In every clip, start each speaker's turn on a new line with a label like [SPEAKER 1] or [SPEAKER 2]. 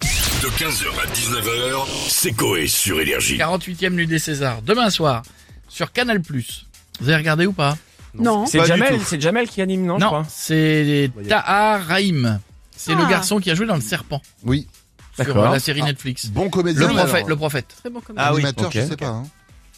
[SPEAKER 1] De 15h à 19h, c'est Coé sur Énergie.
[SPEAKER 2] 48e nuit des Césars, demain soir, sur Canal+. Vous avez regardé ou pas
[SPEAKER 3] Non.
[SPEAKER 4] C'est
[SPEAKER 5] Pas du
[SPEAKER 4] Jamel,
[SPEAKER 5] tout.
[SPEAKER 4] c'est Jamel qui anime, non, je crois
[SPEAKER 2] c'est Tahar Rahim. C'est le
[SPEAKER 3] Ah.
[SPEAKER 2] garçon qui a joué dans Le Serpent,
[SPEAKER 5] Oui,
[SPEAKER 2] sur
[SPEAKER 4] D'accord.
[SPEAKER 2] euh, la série Netflix.
[SPEAKER 5] bon
[SPEAKER 2] Le
[SPEAKER 5] comédien. mais
[SPEAKER 2] prophète,
[SPEAKER 5] alors,
[SPEAKER 2] le prophète.
[SPEAKER 3] Très bon comme
[SPEAKER 4] Ah oui,
[SPEAKER 5] Animateur,
[SPEAKER 4] ok,
[SPEAKER 5] je sais pas. hein.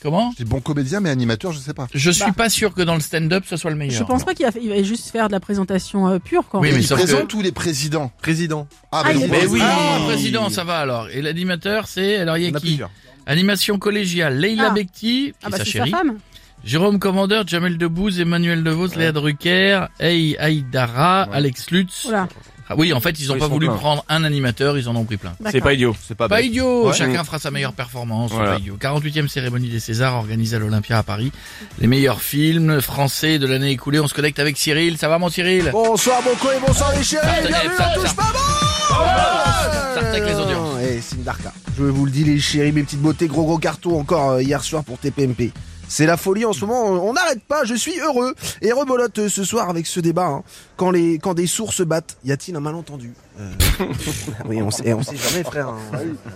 [SPEAKER 2] Comment
[SPEAKER 5] Je dis bon comédien, mais animateur, je sais pas.
[SPEAKER 2] Je suis
[SPEAKER 3] Bah.
[SPEAKER 2] pas sûr que dans le stand-up, ce soit le meilleur.
[SPEAKER 3] Je pense pas qu'il va, il va juste faire de la présentation euh, pure quand
[SPEAKER 2] Oui, mais
[SPEAKER 5] il
[SPEAKER 2] sauf
[SPEAKER 5] présente tous les présidents.
[SPEAKER 4] Président.
[SPEAKER 5] Ah,
[SPEAKER 3] Ah, il est
[SPEAKER 5] donc,
[SPEAKER 4] Mais oui.
[SPEAKER 2] Ah, président, ça va alors. Et l'animateur, c'est... Alors, il y a qui Animation collégiale, Leila
[SPEAKER 3] Ah.
[SPEAKER 2] Bekti,
[SPEAKER 3] Ah
[SPEAKER 2] qui est
[SPEAKER 3] bah
[SPEAKER 2] sa
[SPEAKER 3] c'est sa
[SPEAKER 2] chérie,
[SPEAKER 3] femme.
[SPEAKER 2] Jérôme Commandeur, Jamel Debbouze, Emmanuel Devos, Léa Drucker, Hey Aïdara,
[SPEAKER 4] Ouais.
[SPEAKER 2] Alex Lutz.
[SPEAKER 3] Voilà.
[SPEAKER 2] Ah oui, en fait, ils ont
[SPEAKER 4] Ils
[SPEAKER 2] pas
[SPEAKER 4] sont
[SPEAKER 2] voulu
[SPEAKER 4] pleins.
[SPEAKER 2] prendre un animateur, ils en ont pris plein.
[SPEAKER 4] C'est
[SPEAKER 3] d'accord.
[SPEAKER 4] pas idiot. C'est
[SPEAKER 6] Ah
[SPEAKER 2] Pas
[SPEAKER 6] bah,
[SPEAKER 2] idiot,
[SPEAKER 5] Ouais.
[SPEAKER 6] Mm.
[SPEAKER 2] chacun fera sa meilleure performance. c'est
[SPEAKER 4] Voilà.
[SPEAKER 2] pas idiot. 48e cérémonie des Césars organisée à l'Olympia à Paris. Les meilleurs films français de l'année écoulée. On se connecte avec Cyril. Ça va mon Cyril
[SPEAKER 6] Bonsoir mon co et bonsoir les chéris,
[SPEAKER 2] Sartec-
[SPEAKER 6] bienvenue
[SPEAKER 2] Sartec-
[SPEAKER 6] à tous, maman
[SPEAKER 2] Sartec les audiences.
[SPEAKER 6] Eh, c'est une darka. Je vous le dis les chéris, mes petites beautés, gros gros carton encore euh, hier soir pour TPMP. C'est la folie en ce moment, on on n'arrête pas, je suis heureux et rebolote euh, ce soir avec ce débat. hein. Quand, les, quand des sourds se battent, y a-t-il un malentendu Euh, Oui, on sait, eh, on sait jamais frère. hein.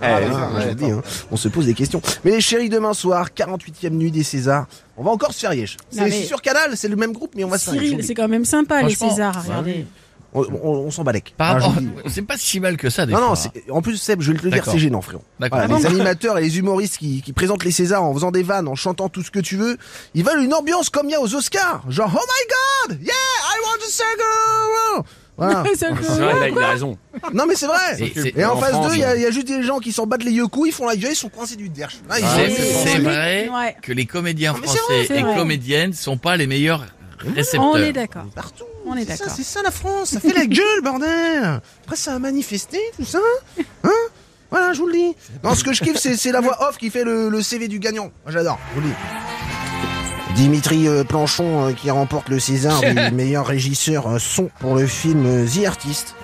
[SPEAKER 6] Ah,
[SPEAKER 4] Eh
[SPEAKER 6] voilà, je le dis, hein. On se pose des questions. Mais les chéris, demain soir, 48 e nuit des Césars, on va encore se faire riche.
[SPEAKER 3] Non,
[SPEAKER 6] C'est
[SPEAKER 3] mais-
[SPEAKER 6] sur Canal, c'est le même groupe, mais on va se faire riche, je vous
[SPEAKER 3] Cyril,
[SPEAKER 6] le dis.
[SPEAKER 3] c'est quand même sympa les
[SPEAKER 2] Franchement,
[SPEAKER 3] Césars. Regardez.
[SPEAKER 6] On, on, on s'en balèque.
[SPEAKER 2] Par
[SPEAKER 6] Ah, je
[SPEAKER 2] rapport-
[SPEAKER 6] vous le dis.
[SPEAKER 2] C'est pas si mal que ça des
[SPEAKER 6] Non, non,
[SPEAKER 2] fois.
[SPEAKER 6] c'est- en plus, Seb, je vais te le dire,
[SPEAKER 2] D'accord.
[SPEAKER 6] c'est gênant, frérot.
[SPEAKER 2] D'accord.
[SPEAKER 6] Voilà, les animateurs et les humoristes qui, qui présentent les Césars en faisant des vannes, en chantant tout ce que tu veux, ils veulent une ambiance comme il y a aux Oscars. Genre, oh my god, yeah, I want to circle. Voilà.
[SPEAKER 3] C'est cool.
[SPEAKER 4] vrai, il a, il a raison.
[SPEAKER 6] non, mais c'est
[SPEAKER 2] Et hein.
[SPEAKER 6] vrai.
[SPEAKER 2] c'est-
[SPEAKER 6] Et en,
[SPEAKER 4] en
[SPEAKER 6] face
[SPEAKER 4] France,
[SPEAKER 6] d'eux, il y, a- il y a juste des gens qui s'en battent les yeux coups, ils font la gueule, ils sont coincés du derche. Là, ils
[SPEAKER 2] Ah,
[SPEAKER 6] ont-
[SPEAKER 2] c'est-
[SPEAKER 6] ils
[SPEAKER 2] c'est-
[SPEAKER 6] ont-
[SPEAKER 2] c'est
[SPEAKER 6] ils ont-
[SPEAKER 2] vrai
[SPEAKER 3] Ouais.
[SPEAKER 2] que les comédiens
[SPEAKER 6] Ah, mais c'est
[SPEAKER 2] français
[SPEAKER 6] vrai,
[SPEAKER 3] c'est
[SPEAKER 2] et
[SPEAKER 3] vrai.
[SPEAKER 2] comédiennes sont pas les meilleurs récepteurs.
[SPEAKER 3] On est d'accord.
[SPEAKER 6] Partout.
[SPEAKER 3] On est
[SPEAKER 6] C'est ça,
[SPEAKER 3] d'accord.
[SPEAKER 6] C'est ça la France, ça fait la gueule, bordel. Après, ça a manifesté, tout ça. Hein Voilà, je vous le dis. Non, ce que je kiffe, c'est c'est la voix off qui fait le, le CV du gagnant. Moi, j'adore, je vous le dis. Dimitri euh, Planchon euh, qui remporte le César du meilleur régisseur euh, son pour le film euh, The Artist.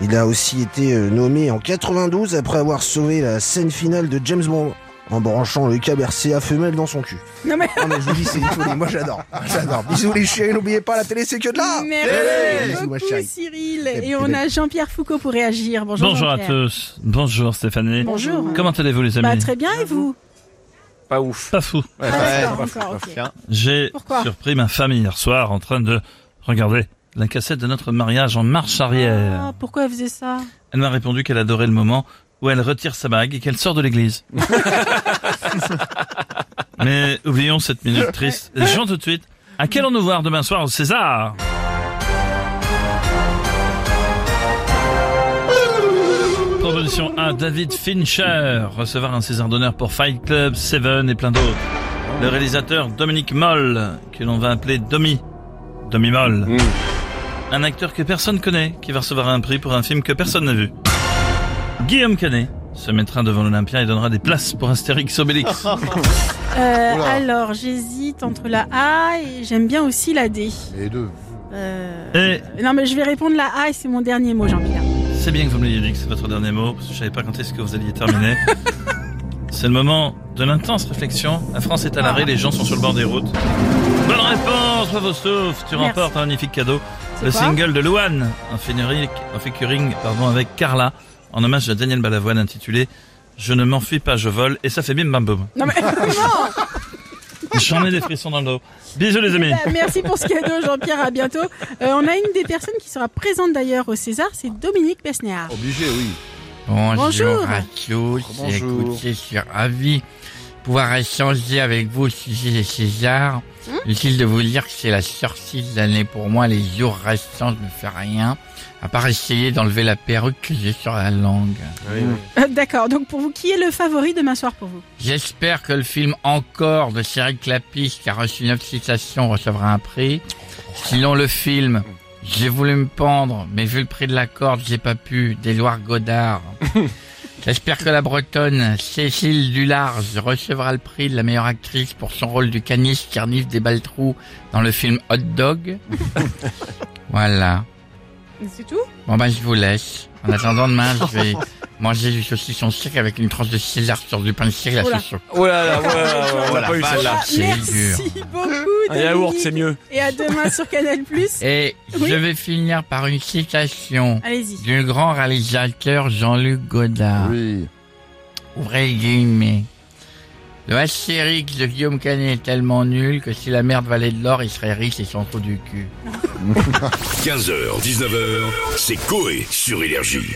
[SPEAKER 6] Il a aussi été euh, nommé en 92 après avoir sauvé la scène finale de James Bond en branchant le câble RCA femelle dans son cul.
[SPEAKER 3] Non mais
[SPEAKER 6] Non mais je vous dis c'est une folie, moi j'adore, j'adore. Bisous les chéris, n'oubliez pas la télé c'est que de là.
[SPEAKER 3] merci
[SPEAKER 6] Bisous ma
[SPEAKER 3] beaucoup
[SPEAKER 6] chérie.
[SPEAKER 3] Cyril.
[SPEAKER 6] Eh,
[SPEAKER 3] Et
[SPEAKER 6] eh
[SPEAKER 3] on
[SPEAKER 6] ben.
[SPEAKER 3] a Jean-Pierre Foucault pour réagir. Bonjour.
[SPEAKER 7] Bonjour à
[SPEAKER 3] Jean-Pierre.
[SPEAKER 7] tous. Bonjour Stéphanie.
[SPEAKER 3] Bonjour.
[SPEAKER 7] Comment allez-vous les amis
[SPEAKER 3] Bah, très bien et vous
[SPEAKER 4] Pas ouf.
[SPEAKER 7] Pas fou.
[SPEAKER 4] Ouais,
[SPEAKER 3] Ah,
[SPEAKER 4] pas-
[SPEAKER 3] d'accord,
[SPEAKER 4] pas fou,
[SPEAKER 3] encore,
[SPEAKER 4] pas
[SPEAKER 3] ok.
[SPEAKER 4] fou. Tiens.
[SPEAKER 7] J'ai
[SPEAKER 3] Pourquoi
[SPEAKER 7] surpris ma femme hier soir en train de regarder la cassette de notre mariage en marche arrière.
[SPEAKER 3] Ah, Pourquoi elle faisait ça
[SPEAKER 7] Elle m'a répondu qu'elle adorait le moment où elle retire sa bague et qu'elle sort de l'église. Mais oublions cette minute triste. Jean tout de suite. À quel nous voir demain soir au César Proposition 1, David Fincher, recevoir un César d'honneur pour Fight Club, Seven et plein d'autres. Le réalisateur Dominique Moll, que l'on va appeler Domi. Domi Moll.
[SPEAKER 4] Mm.
[SPEAKER 7] Un acteur que personne connaît, qui va recevoir un prix pour un film que personne n'a vu. Guillaume Canet se mettra devant l'Olympia et donnera des places pour Astérix Obélix.
[SPEAKER 3] Euh,
[SPEAKER 5] Oula.
[SPEAKER 3] Alors j'hésite entre la A et j'aime bien aussi la D.
[SPEAKER 2] Ah,
[SPEAKER 5] Les deux.
[SPEAKER 3] Euh,
[SPEAKER 7] Et
[SPEAKER 3] Non mais je vais répondre la A et c'est mon dernier mot Jean-Pierre.
[SPEAKER 7] Eh, c'est bien que vous me l'ayez dit que c'est votre dernier mot, parce que je savais pas quand est-ce que vous alliez terminer. C'est le moment de l'intense réflexion. La France est à l'arrêt, les gens sont sur le bord des routes. Bonne réponse, bravo Stouff,
[SPEAKER 3] Merci.
[SPEAKER 7] tu remportes un magnifique cadeau.
[SPEAKER 3] C'est
[SPEAKER 7] Le
[SPEAKER 3] quoi
[SPEAKER 7] single de Luan, un featuring, un featuring, pardon, avec Carla, en hommage à Daniel Balavoine intitulé Je ne m'enfuis pas, je vole, et ça fait bim bam boum.
[SPEAKER 3] Non mais non
[SPEAKER 7] J'en ai des frissons dans le dos. Bisous les amis.
[SPEAKER 3] Bah, Merci pour ce cadeau, Jean-Pierre. À bientôt. Euh, on a une des personnes qui sera présente d'ailleurs au César, c'est Dominique Besnéard.
[SPEAKER 5] Obligé, oui.
[SPEAKER 2] Bonjour
[SPEAKER 3] Bonjour.
[SPEAKER 2] à tous, et
[SPEAKER 5] Bonjour.
[SPEAKER 2] écoutez, je suis ravi de pouvoir échanger avec vous au sujet des Césars. Utile de vous dire que c'est la sortie de l'année pour moi, les jours restants, je ne fais rien, à part essayer d'enlever la perruque que j'ai sur la langue.
[SPEAKER 3] Euh, D'accord. Donc pour vous, qui est le favori demain soir pour vous
[SPEAKER 2] J'espère que le film Encore de Cyril Clapis, qui a reçu une citation, recevra un prix. Sinon, le film J'ai voulu me pendre, mais vu le prix de la corde, j'ai pas pu, d'Éloire Godard. J'espère que la bretonne Cécile Dularge recevra le prix de la meilleure actrice pour son rôle du canis qui renifle des baltrous dans le film Hot Dog. voilà.
[SPEAKER 3] C'est tout
[SPEAKER 2] Bon ben je vous laisse. En attendant demain, je vais manger du saucisson sec avec une tranche de César sur du pain sec à la
[SPEAKER 3] Oula.
[SPEAKER 2] sauce au
[SPEAKER 4] Oh là là, ouais, ouais, ouais, on
[SPEAKER 2] Oh
[SPEAKER 4] l'a
[SPEAKER 2] la
[SPEAKER 3] Ah,
[SPEAKER 4] pas eu
[SPEAKER 2] vache.
[SPEAKER 4] celle-là.
[SPEAKER 2] C'est
[SPEAKER 3] Merci beaucoup,
[SPEAKER 4] Un yaourt,
[SPEAKER 3] Dominique.
[SPEAKER 4] c'est mieux.
[SPEAKER 3] Et à demain sur Canal+.
[SPEAKER 2] Et
[SPEAKER 3] Oui.
[SPEAKER 2] je vais finir par une citation
[SPEAKER 3] Allez-y.
[SPEAKER 2] du grand réalisateur Jean-Luc Godard.
[SPEAKER 5] Oui.
[SPEAKER 2] Ouvrez les guillemets. Le Astérix de Guillaume Canet est tellement nul que si la merde valait de l'or, il serait riche et sans trou du cul.
[SPEAKER 1] 15h, 19h, c'est Coé sur Énergie.